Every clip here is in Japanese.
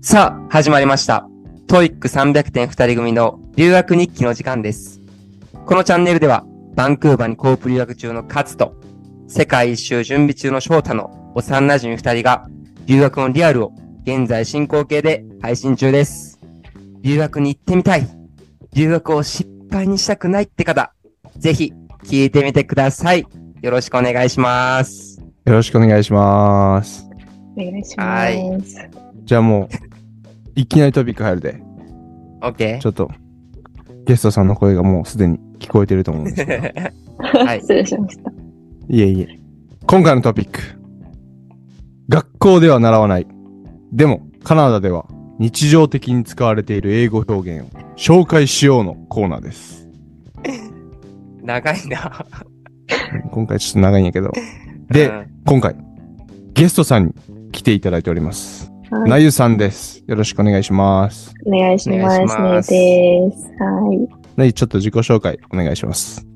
さあ、始まりました。トイック300点2人組の留学日記の時間です。このチャンネルでは、バンクーバーにコープ留学中のカツと、世界一周準備中の翔太の幼馴染2人が、留学のリアルを現在進行形で配信中です。留学に行ってみたい。留学を失敗にしたくないって方、ぜひ聞いてみてください。よろしくお願いします。よろしくお願いします。お願いします。じゃあもう、いきなりトピック入るで。 OK? ちょっと、ゲストさんの声がもうすでに聞こえてると思うんですけど。はい失礼しました。 いえいえ。今回のトピック。学校では習わない。でも、カナダでは日常的に使われている英語表現を紹介しようのコーナーです。 長いな。今回ちょっと長いんやけど。で、うん今回、ゲストさんに来ていただいております。はいなゆさんです。よろしくお願いします。お願いします。お願いしますねえです。はい。なゆ、ちょっと自己紹介お願いします。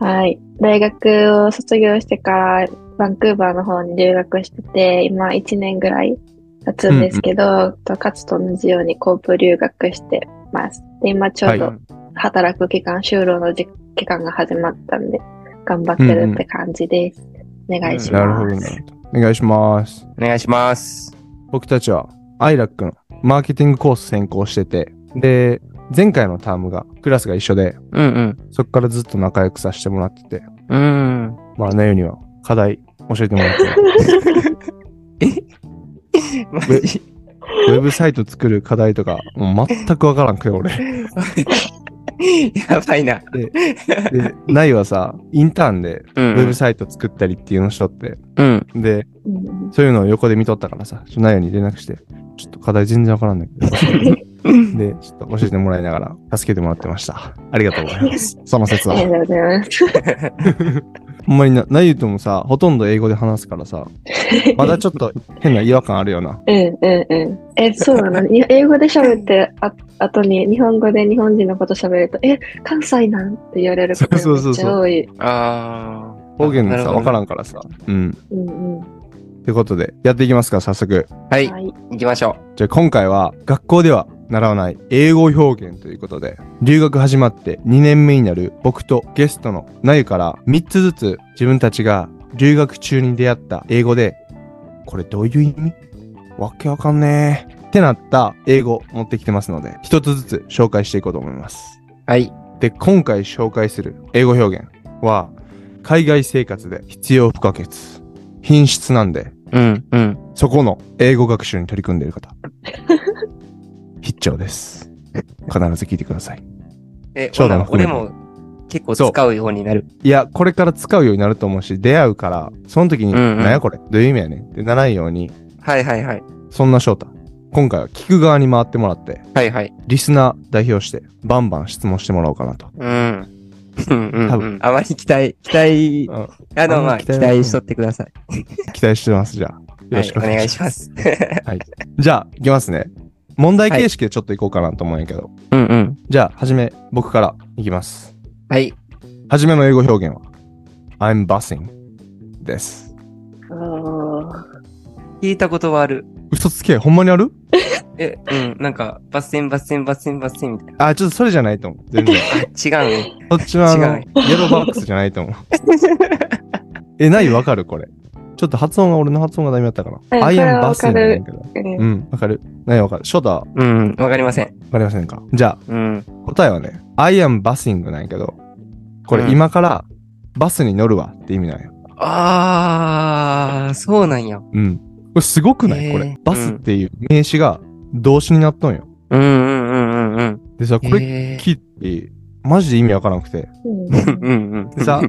はい。大学を卒業してから、バンクーバーの方に留学してて、今1年ぐらい経つんですけど、とかつと同じようにコープ留学してます。で、今ちょうはど働く期間、就労の時期間が始まったんで、頑張ってるって感じです。お願いしまなす。るほど、なるほど。お願いします。お願いします。僕たちは、アイラックのマーケティングコース専攻してて、で、前回のタームが、クラスが一緒で、うんうん。そこからずっと仲良くさせてもらってて、うん。まあ、なよには課題教えてもらって、マジウェブサイト作る課題とか、もう全くわからんくて、俺。やばいな。で、ナイはさ、インターンでうウんェブサイト作ったりっていうのしとって、うん。で、うんうんそういうのを横で見とったからさ、ちょっとナイに連絡して、ちょっと課題全然わからんねんけ ど、うん。で、ちょっと教えてもらいながら、助けてもらってました。ありがとうございます。その説あはり。がとうございます。ほんまにな、なゆともさ、ほとんど英語で話すからさ、まだちょっと変な違和感あるよな。うんうんうん。え、そうなのに英語で喋ってあ後に日本語で日本人のこと喋ると、え、関西なんって言われることそうがそめうそっちうそうゃ多い。あー。方言のさ、わからん。んからさ。うん。うんうん。ってことで、やっていきますか、早速。はい、はい。行きましょじゃあ今回は、学校では習わない英語表現ということで、留学始まって2年目になる僕とゲストのなゆから3つずつ自分たちが留学中に出会った英語で、これどういう意味わけわかんねえ。ってなった英語持ってきてますので、1つずつ紹介していこうと思います。う。はい。で今回紹介する英語表現は海外生活で必要不可欠品質なんでうんうん。そこの英語学習に取り組んでいる 方必聴です必ず聞いてくださいえ、翔太も俺含めても結構使うようになる。いやこれから使うようになると思うし出会うからその時に「うんうんなんやこれどういう意味やねん」ってならないようにはいはいはい。そんな翔太今回は聞く側に回ってもらってはいはい。リスナー代表してバンバン質問してもらおうかなと、うん。うんうん多う分ん、あまり期待、期待、ああの、んままあ、り期期待は待しとってください。期待してますじゃあよろはしい、くお願いします。じゃあ、いきますね。問題形式でちょっといこうかなと思うんやけど。 うんうん。じゃあ、はじめ、僕からいきます。はい。はじめの英語表現は、I'm bussing です。おー聞いたことはある。嘘つけ、ほんまにあるえ、うん、なんか、バッセンバッセンバッセンバッセンみたいな。あ、ちょっとそれじゃないと思う。全然。 あ、違うね。そっちはあの、違イエローバックスじゃない と思う。え、ないわかるこれ。ちょっと発音が、俺の発音がダメだったかうんな。I これ am はわか bussing るなんやけど。うんうん、わかる。ないわかる。ショータ、わうん、わかりません。かりませんかじゃあ、うん。答えはね、I am bussing なんやけど、こうれん今からバスに乗るわって意味なんや。あー、そうなんや。うん。これすごくない、へーこれ。バスっていう名詞が動詞になっとんよ。うんうんうんうんうん。でさ、これえー聞いて、マジで意味わからなくて。うんうんうん。さ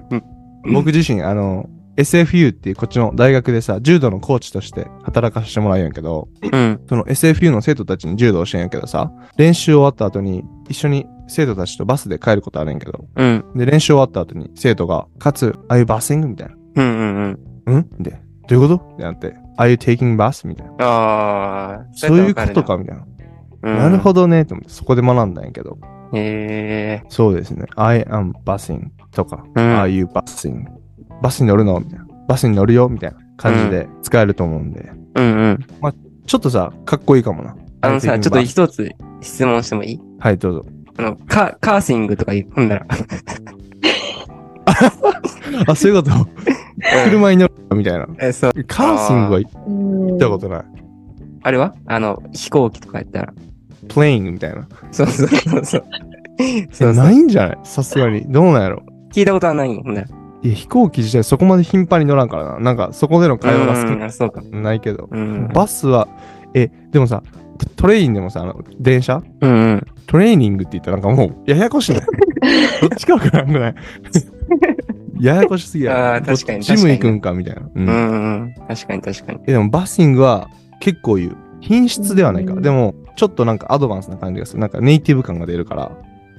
僕自身、あの、SFU っていうこっちの大学でさ、柔道のコーチとして働かせてもらうんやけど、うん。その SFU の生徒たちに柔道教えんやけどさ、練習終わった後に一緒に生徒たちとバスで帰ることあるんやけど、うん。で、練習終わった後に生徒が、かつ、ああいうバッシングみたいな。うんうんうん。うんで、どういうことってなって、ああいう taking bus? みたいな。あー、そういうことかみたいな。なるほど。どね、と思って、そこで学んだんやけど。へえそうですね。I am busing とか、うん Are you busing? バスに乗るのみたいな。バスに乗るよみたいな感じで使えると思うんで。ー。うんうん。ちょっとさ、かっこいいかもな。あのさ、はいちょっと一つ質問してもいいはい、どうぞ。あの、カー、カーシングとか言う、ほんなら。あ、そういうこと 車に乗るみたいな。え、そう。カーシングは行っうん。たことない。あれはあの、飛行機とかやったら。プレイングみたいな。 そうそうそうそう。そうそうないんじゃないさすがに。どうなんやろ。聞いたことはないよ、ほんなら。いや、飛行機自体そこまで頻繁に乗らんからな。なんか、そこでの会話がう少んあそうか。ないけど。うん。バスは、え、でもさ、トレインでもさ、あの、電車うんうん。トレーニングって言ったらなんかもう、ややこし いね。どっちかわからんくない ややこしすぎや。あー確かにどっちジム行くんかみたいな。うんうんうん。確かに確かに。えでもバッシングは結構言う。品質ではないか。でも、ちょっとなんかアドバンスな感じがする。なんかネイティブ感が出るから、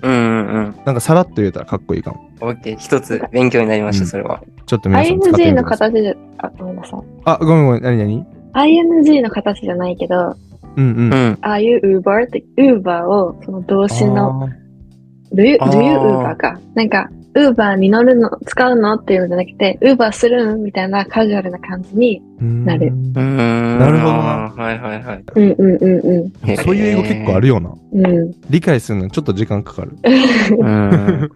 うんうんうん。なんかさらっと言えたらかっこいいかも。オッケー。一つ勉強になりましうた、んそれは。ちょっと皆さん使ってみて ING のください。形じゃ、あ、ごめんなさい。あ、ごめんごめん。何何 ING の形じゃないけど、うんうん。うあん。ああいう Uber って、Uber をその動詞の、ー Do you, あー do you Uber か。なんか、Uber に乗るの、使うのっていうのじゃなくて、Uber するんみたいなカジュアルな感じに、うんなるうん。なるほどなあーはいはいはい。うんうんうんそういう英語結構ある。るよな。うん。うん。理解するのにちょっと時間かかる。うん。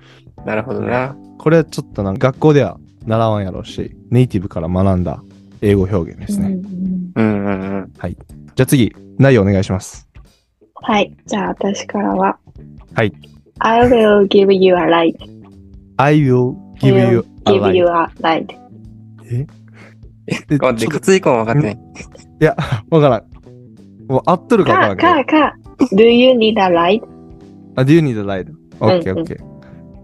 なるほどな。これはちょっとなんか学校では習わんやろうし、ネイティブから学んだ英語表現ですね。うんうんうんうんうん。じゃあ次、内容お願いします。はい。じゃあ、私からは。はい。 I will give you a light. I will give you a give light. you a light. えちょ待っって、と活以降も分かってない。いや、わからん。もう合っとるかわか、からんか、けか。Do you need a light? ど。あ、do you need a light? ん OK, OK.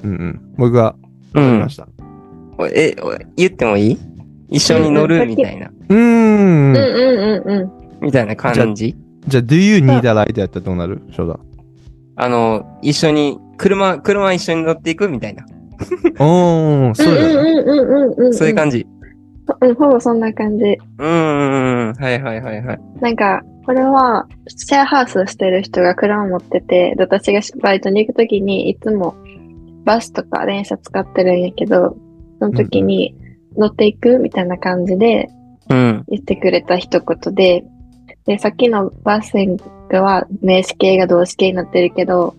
うんうん。僕はうわかりんま。した。おえ、お言ってもいい一緒に乗るみたいな。ううーんん。うんうんうん。みたいな感じじゃあ、do you need a light やったらどうなる翔太。あの、一緒に、車、車一緒に乗っていくみたいな。おー、そうだね。うんうんうんうんうんうん。そういう感じ。うん、ほぼそんな感じ。うんうんうん。はいはいはいはい。なんか、これは、シェアハウスをしてる人が車を持ってて、で私がバイトに行くときに、いつもバスとか電車使ってるんやけど、その時に乗っていくみたいな感じでうん。言ってくれた一言で、で、さっきのバッシングは名詞形が動詞形になってるけど、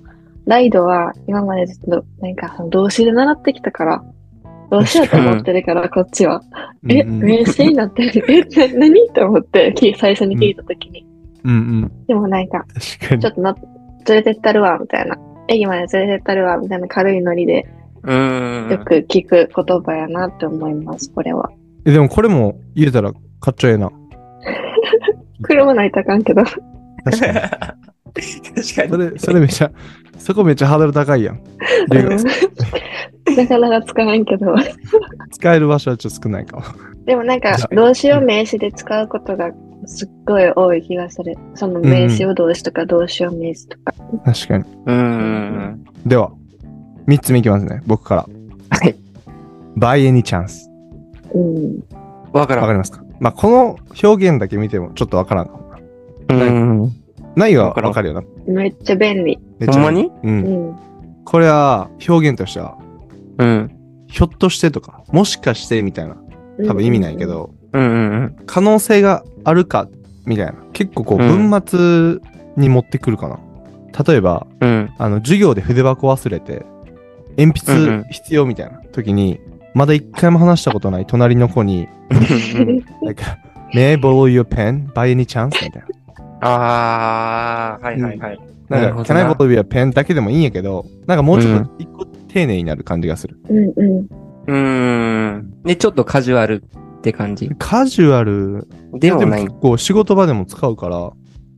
ライドは今までずっと、なんか、動詞で習ってきたから、動詞だと思ってるから、こっちは。え、うんうん名詞になって る。え、な、何と思って、き最初に聞いたときに。うんうん。でもなんか、確かちょに。っとな、連れてったるわ、みたいな。駅まで連れてったるわ、みたいな軽いノリで、うん。よく聞く言葉やなって思います、これは。えでもこれも言えたらかっちょええな。車ないとあかんけど。確かに。確かに。それ、それめっちゃ、そこめっちゃハードル高いやん。う留ん学なかなか使わんけど。使える場所はちょっと少ないかも。でもなんか、動詞を名詞で使うことがすっごい多い気がする。その名詞を動詞とか動詞を名詞とか。確かに。うん。では、3つ目いきますね。僕から。はい。 by any chance。うん。わからわん。かりますかまあ、この表現だけ見てもちょっとわからんかもな。うん。ないはわからんわかるよな。めっちゃ便利。めっちほゃんまにう。うんん。これは、表現としては、うん。ひょっとしてとか、もしかしてみたいな、多分意味ないけ。ど、うんうん可能性があるか、みたいな。結構こう、うん文末に持ってくるかな。例えば、うん。うん。 あの、授業で筆箱忘れて、鉛うんうん筆必要みたいな時に、まだ一回も話したことない隣の子に、なんか、May I borrow your pen by any chance? みたいな。あー、はいはいはい。ななるんほか、ど can な I borrow your pen? だけでもいいんやけど、なんかもうちょっと一個丁寧になる感じがする。うんうん。うん。で、ちょっとカジュアルって感じ。カジュアル、でもでもない結。構仕事場でも使うから、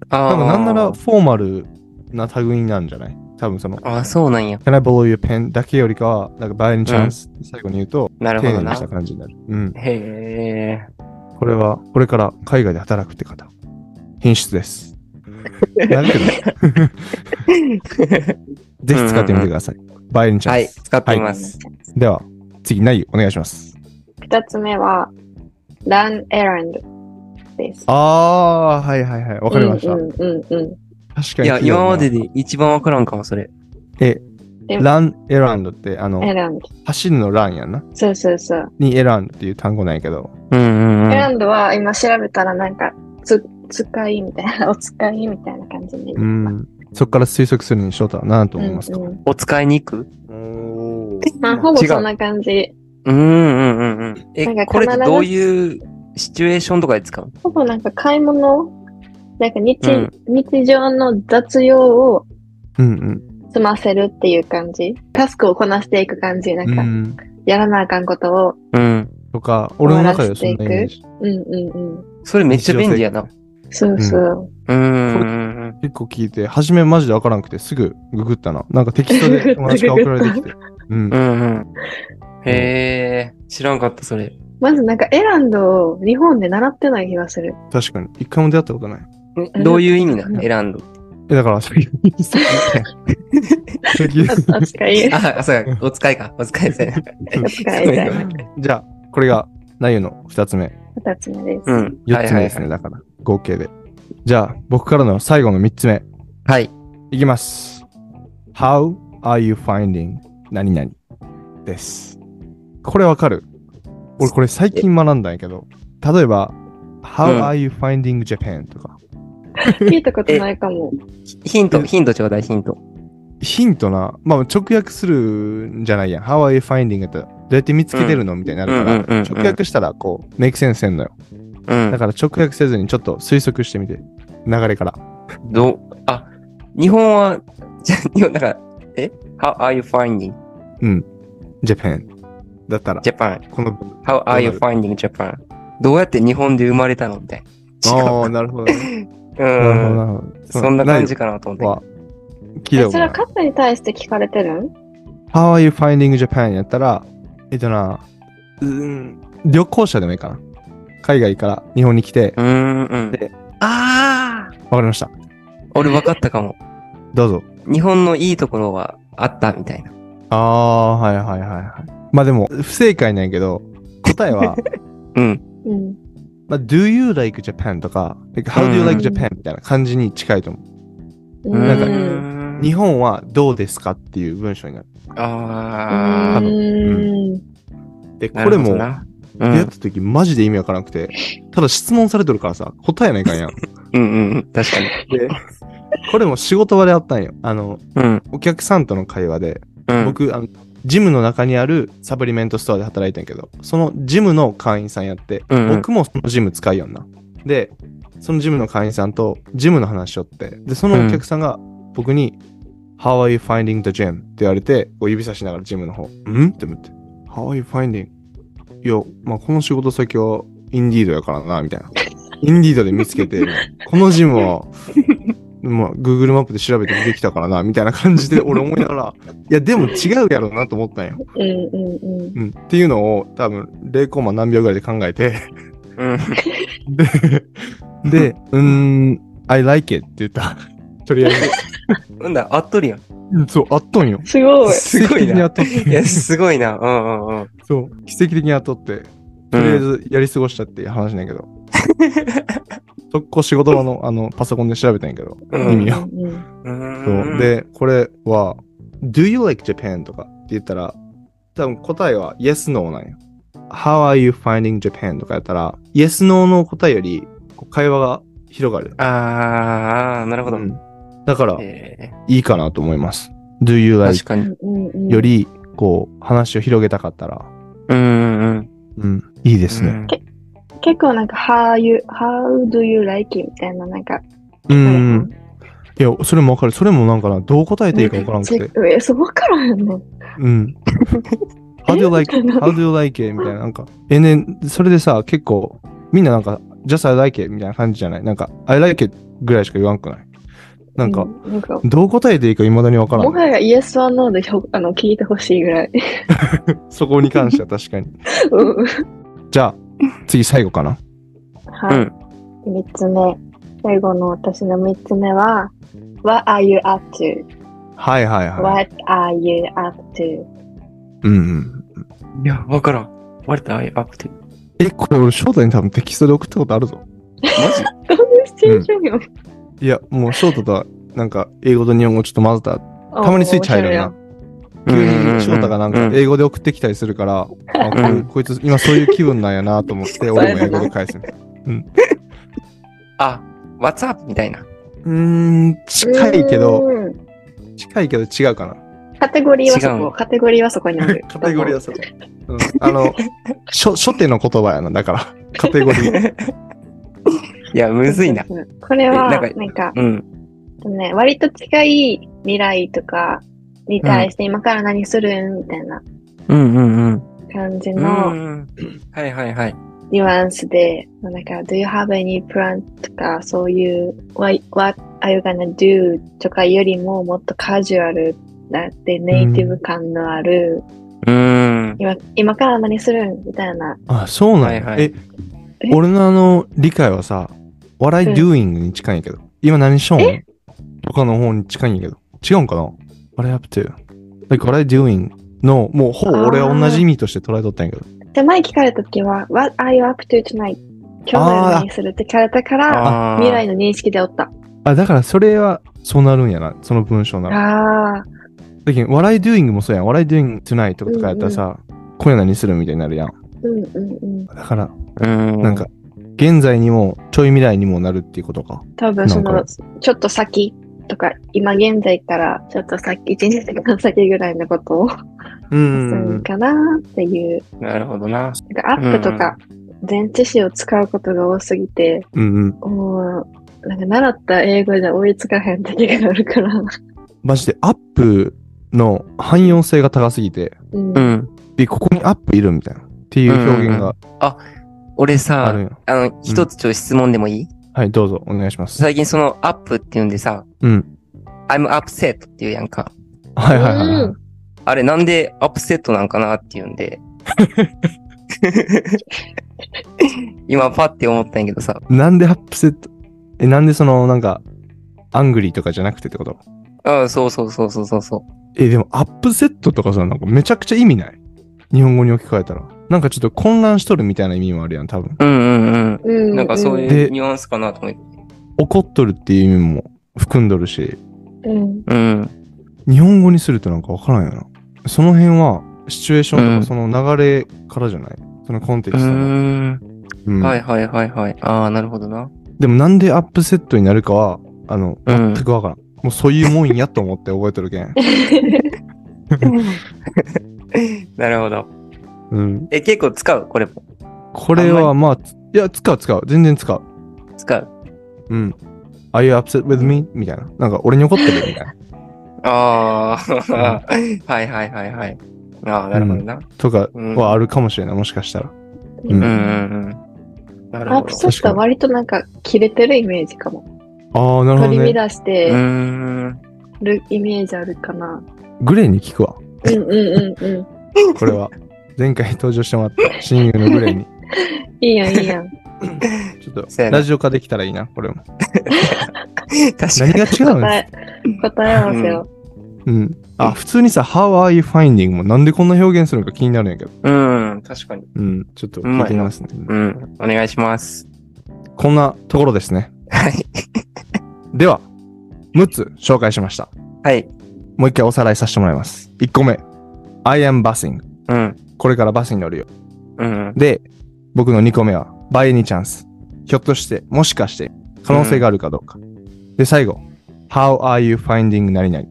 あなんーかなんならフォーマルな類になるんじゃない多分その、あー、そうなんや。 can I borrow your pen? だけよりかは、なんか by any chance? 最後に言うと、なる丁ほど寧になした。感じになる。うん。へこれは、これから海外で働くって方、品質です。なるけど、 ー。ぜひ使ってみてください。バイオリンチはャンい、ス。使ってみます。では、次、内容お願いします。二つ目は、run errand です。あー、はいはいはい。わわかりました。うんうんうん確かいに。や、今まで。で一番わからんかも、それ。え、ランエランドって、あのうん。、errand。走るのランやんな。そうそうそう。にエランドっていう単語なんやけど。うんうんうん。 errand は今調べたらなんか、つ使いみたいな、お使いみたいな感じに。うん。そこから推測するに翔太は何だと思いますか、うんうんお使いに行くまあ、ほぼそんな感じ。うんうんうんうん。えなんか必、ずこれってどういうシチュエーションとかで使うほぼなんか買い物、なんか日、うん日常の雑用をうんうん済ませるっていう感じ。タスクをこなしていく感じ。なうんか、ん。やらなあかんことを。うん。とか、俺の中ではそんなイメージ。うんうんうん。それめっちゃ便利やな。そうそう。うんうんうん。結構聞いて、初めマジでわからんくてすぐググったな。なんかテキストで友達から送られてきて。うんう。んうん。へえ、知らんかった、それ。まずなんかエランドを日本で習ってない気がする。確かに。一回も出会ったことない。えどういう意味なの選んど。え、だから、 そういう意味ですよねあ 扱い、あ、あそうか、お使いか。お使いですね。扱いみたいな。じゃあ、これが、ナユの二つ目。二つ目です。うん。四つ目ですね、だから。合計で。じゃあ、僕からの最後の三つ目。はいはいはい。いきます。How are you finding 何々です。これわかる俺これ最近学んだんやけど、例えば、う How ん are you finding Japan とか、聞いたことないかも。ヒヒント、ヒントちょうだい、ヒント。ヒントな、まあ直訳するんじゃないやん。How are you finding やったらどうやって見つけてるのみたいになるから、うんうんうんうん直訳したらこう、メイクセンスせんのよ。うだん。から直訳せずにちょっと推測してみて、流れから。どう、あ、日本は、じゃあ日本、だから、え ?How are you finding うん。Japan。だったら、 Japan?How この are you finding Japan? どうやって日本で生まれたのみたいな。ああ、なるほど。なる違う。ほど、なうん。るほど。そんな感じか。かなと思って。は、聞いえたことそなれいは。カップに対して聞かれてるん How are you finding Japan? やったら、えっとな、うーん、旅行者でもいいかな。海外から日本に来てう、んうんで。ああわかりました。俺分かったかも。どうぞ。日本のいいところはあったみたいな。ああ、はいはいはいはい。まあでも、不正解なんやけど、答 えは、うん。うん。まあ、Do you like Japan? とか、like, How do you like Japan? みたいな感じに近いと思うなんかん。う。日本はどうですかっていう文章になる。ああ。うん。で、こなるれほども、なう出ん会った時マジで意味わからなくて、ただ質問されとるからさ、答えないかんやん。うんうんうん。確かに。で、これも仕事場であったんよ。あの、うん。お客さんとの会話で、うん。僕あのジムの中にあるサプリメントストアで働いてんけどそのジムの会員さんやって、うんうん僕もそのジム使いよんなでそのジムの会員さんとジムの話しよってでそのお客さんが僕に「How are you finding the gym?」って言われてこう指差しながらジムの方「ん?」って思って「How are you finding?」いや、まあ、この仕事先はインディードやからなみたいなインディードで見つけてこのジムはまあ、Google マップで調べて出てきたからな、みたいな感じで俺思いながら、いや、でも違うやろなと思ったんよ。うんうんうん。うん。っていうのを、多分、0コマ何秒ぐらいで考えて、うん。 で、うーん、I like it って言った。とりあえなんだ、あっとるやん。ず。そう、あっとんよ。すごい。すごいな奇跡的にあっとっていや、すごいな。うんうんうん。そう、奇跡的にあっとって、とりあえずやり過ごしたっていう話なんやけ ど、速攻仕事場の、あの、パソコンで調べたんやけど、うん意味を。うんうんうん。そう。で、これは、Do you like Japan? とかって言ったら、多分答えは Yes, No なんよ。How are you finding Japan? とかやったら、Yes, No の答えより、こう会話が広がる。ああ、なるほど。うんだから、えいいかなと思います。Do ー you like 確かに。うんうんより、こう、話を広げたかったら、うんうんうん。うん、いいですね。結構なんか、how you, how do you like it? みたいな、なんか、うん。いや、それもわかる。それもなんかな、どう答えていいかわからんくて。え、そう、わからへんの。うん。How do you like えみたいな How do you like it? みたいな。なんか、え、ね、それでさ、結構、みんななんか、just I like it みたいな感じじゃないなんか、I like it ぐらいしか言わんくないなんか、うなんか、どう答えていいか未だにわからもん。はやイエスはノーでひょあの聞いてほしいぐらい。そこに関しては確かに。うんじゃあ、次最後かな。 はい。三、つ目。最後の私の三つ目は、What are you up はいはいはい。 to?What are you up to? うんうん。いや、わからん。割とあいアップテえ、これ俺、翔太に多分テキストで送ったことあるぞ。どういうシチュエーションよ。いや、もう翔太とは、なんか、英語と日本語ちょっと混ぜた。たまにスイッチ入るよな。急に翔太がなんか英語で送ってきたりするから、あこうんうこいつ今そういう気分なんやなと思って、そう俺やもな英語で返すみたいな。あ、 WhatsApp みたいな。うーん、近いけど、うん。近いけど違うかな。。カテゴリーはそ違うのこ、カテゴリーはそこにある カテゴリーはそこ。うん、あの、初、初手の言葉やな、だから。カテゴリー。いや、むずいな。うん。これは、えななんんかか、うん。ね、割と近い未来とかに対して今から何するんみたいなうんうんうん。感じうのん。はいはいはい。ニュアンスで、まあなんか、do you have any plan とか、そういう、what, what are you gonna do とかよりももっとカジュアルだってネイティブ感のある、うん。今今から何するんみたいな。あ、そうなんや。はいはいええ、俺のあの、理解はさ、what I うん doing に近いんやけど。今何しようんとかの方に近いんやけど。違うんかな ?what I up to? Like, what I doing? の、もうほぼ俺は同じ意味として捉えとったんやけど。で、前聞かれた時は、what are you up to tonight? 今日の夜何するって聞かれたから、あー未来の認識でおった。あ、だからそれは、そうなるんやな。その文章なら。ああ、だけど、what I doing もそうやん。what I doing tonight とかとかやったらさ、今夜何するみたいになるやん。うんうんうん。だから、うん。なんか、現在にも、ちょい未来にもなるっていうことか。多分そなんの、ちょっと先とか、今現在からちょっと先、1日間先ぐらいのことをうする。かなっていう。なるほどな。なんかアップとか、前置詞を使うことが多すぎて、うんうん。もう、なんか習った英語じゃ追いつかへん時があるから。マジで、アップの汎用性が高すぎて、うん。ううんん。で、ここにアップいるみたいな。っていう表現が俺あさるん、や。あの、一つちょっと質問でもいいはい、どうぞ、お願いします。最近そのアップっていうんでさ、うん。 I'm upset っていうやんか。はいはいはいはい。あれなんでアップセットなんかなっていうん で。今パッて思ったんやけどさ。なんでアップセットえ、なんでその、なんか、アングリーとかじゃなくてってことうん、そうそうそうそうそうそえ、でも、アップセットとかさ、なんかめちゃくちゃ意味ない日本語に置き換えたら。なんかちょっと混乱しとるみたいな意味もあるやん、多分。う。うんうんう。うんん。なんかそうでいうニュアンスかなと思って。怒っとるっていう意味も含んどるし、うん。うん。日本語にするとなんかわからんよな。その辺は、シチュエーショうンとんかその流れからじゃない、そのコンテうキストの。ん。うんはいはいはいはい。ああ、なるほどな。でもなんでアップセットになるかは、あの、うん全くわからん。もうそういうもんやと思って覚えと るけん。なるほど。うん。え、結構使うこれも。これはまあ、いや、使う使う。全然使う。使う。うん。Are you upset with me? みたいな。なんか俺に怒ってるみたいな。 ああ、 はいはいはいはい。ああ、なるほどな。とかうんはあるかもしれない。もしかしたら。ううんんうんうん。なるアほップど。セットは割となんか切れてるイメージかも。ああ、なるほ取どりね。乱しうーてん。るイメージあるかな。グレーに聞くわ。うんうんうんうん。これは。前回登場してもらった親友のグレーに。いいやんい いやん。ちょっとそうや、なラジオ化できたらいいな、これも。確かに。何が違うん答ですえ、答え合わせを。うん。あ、普通にさ、How are you finding? もなんでこんな表現するのか気になるんやけど。うん、確かに。うん。ちょっと聞いてみますね。うん、お願いします。こんなところですね。はい。では、6つ紹介しました。はい。もう一回おさらいさせてもらいます。1個目。I am busing. うん、これからバスに乗るよ。うん、で、僕の2個目は、by any chance。ひょっとして、もしかして、可能性があるかどうか。で、最後。How are you finding 何々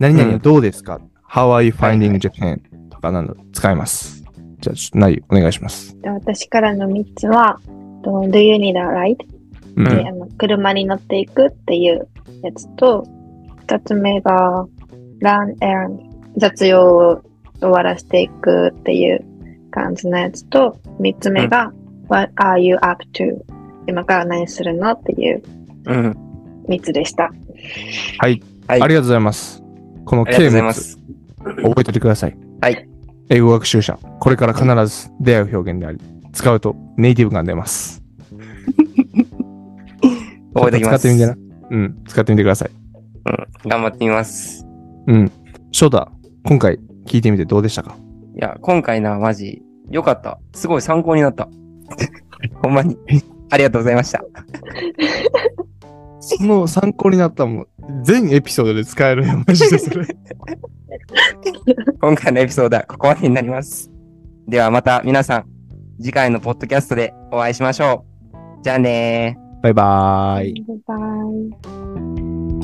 何々はどうですか、?How are you はいは finding Japan? とかなど使います。じゃあ、ちょっと内容お願いします。で私からの3つは、と Do you need a ride? うん。うであの車に乗っていくっていうやつと、2つ目が Run errand 雑用を終わらせていくっていう感じのやつと、3つ目が、What are you up to? 今から何するのっていううん。 3つでした。はいありがとうございます。このありがとう K ございま6つす。覚えておいてください。はい。英語学習者、これから必ず出会う表現であり、使うとネイティブ感出ます。覚えておきます。ちょっと使ってみてな。うん、使ってみてください。うん、頑張ってみます。うん。翔太、今回聞いてみてどうで したかいや、今回な、マジ、よかった。すごい参考になった。 ほんまに。ありがとうございました。その参考になったもん、全エピソードで使えるよ、マジでそれ。今回のエピソードはここまでになります。ではまた皆さん、次回のポッドキャストでお会いしましょう。じゃあねー。バイバーイ。バイバイ。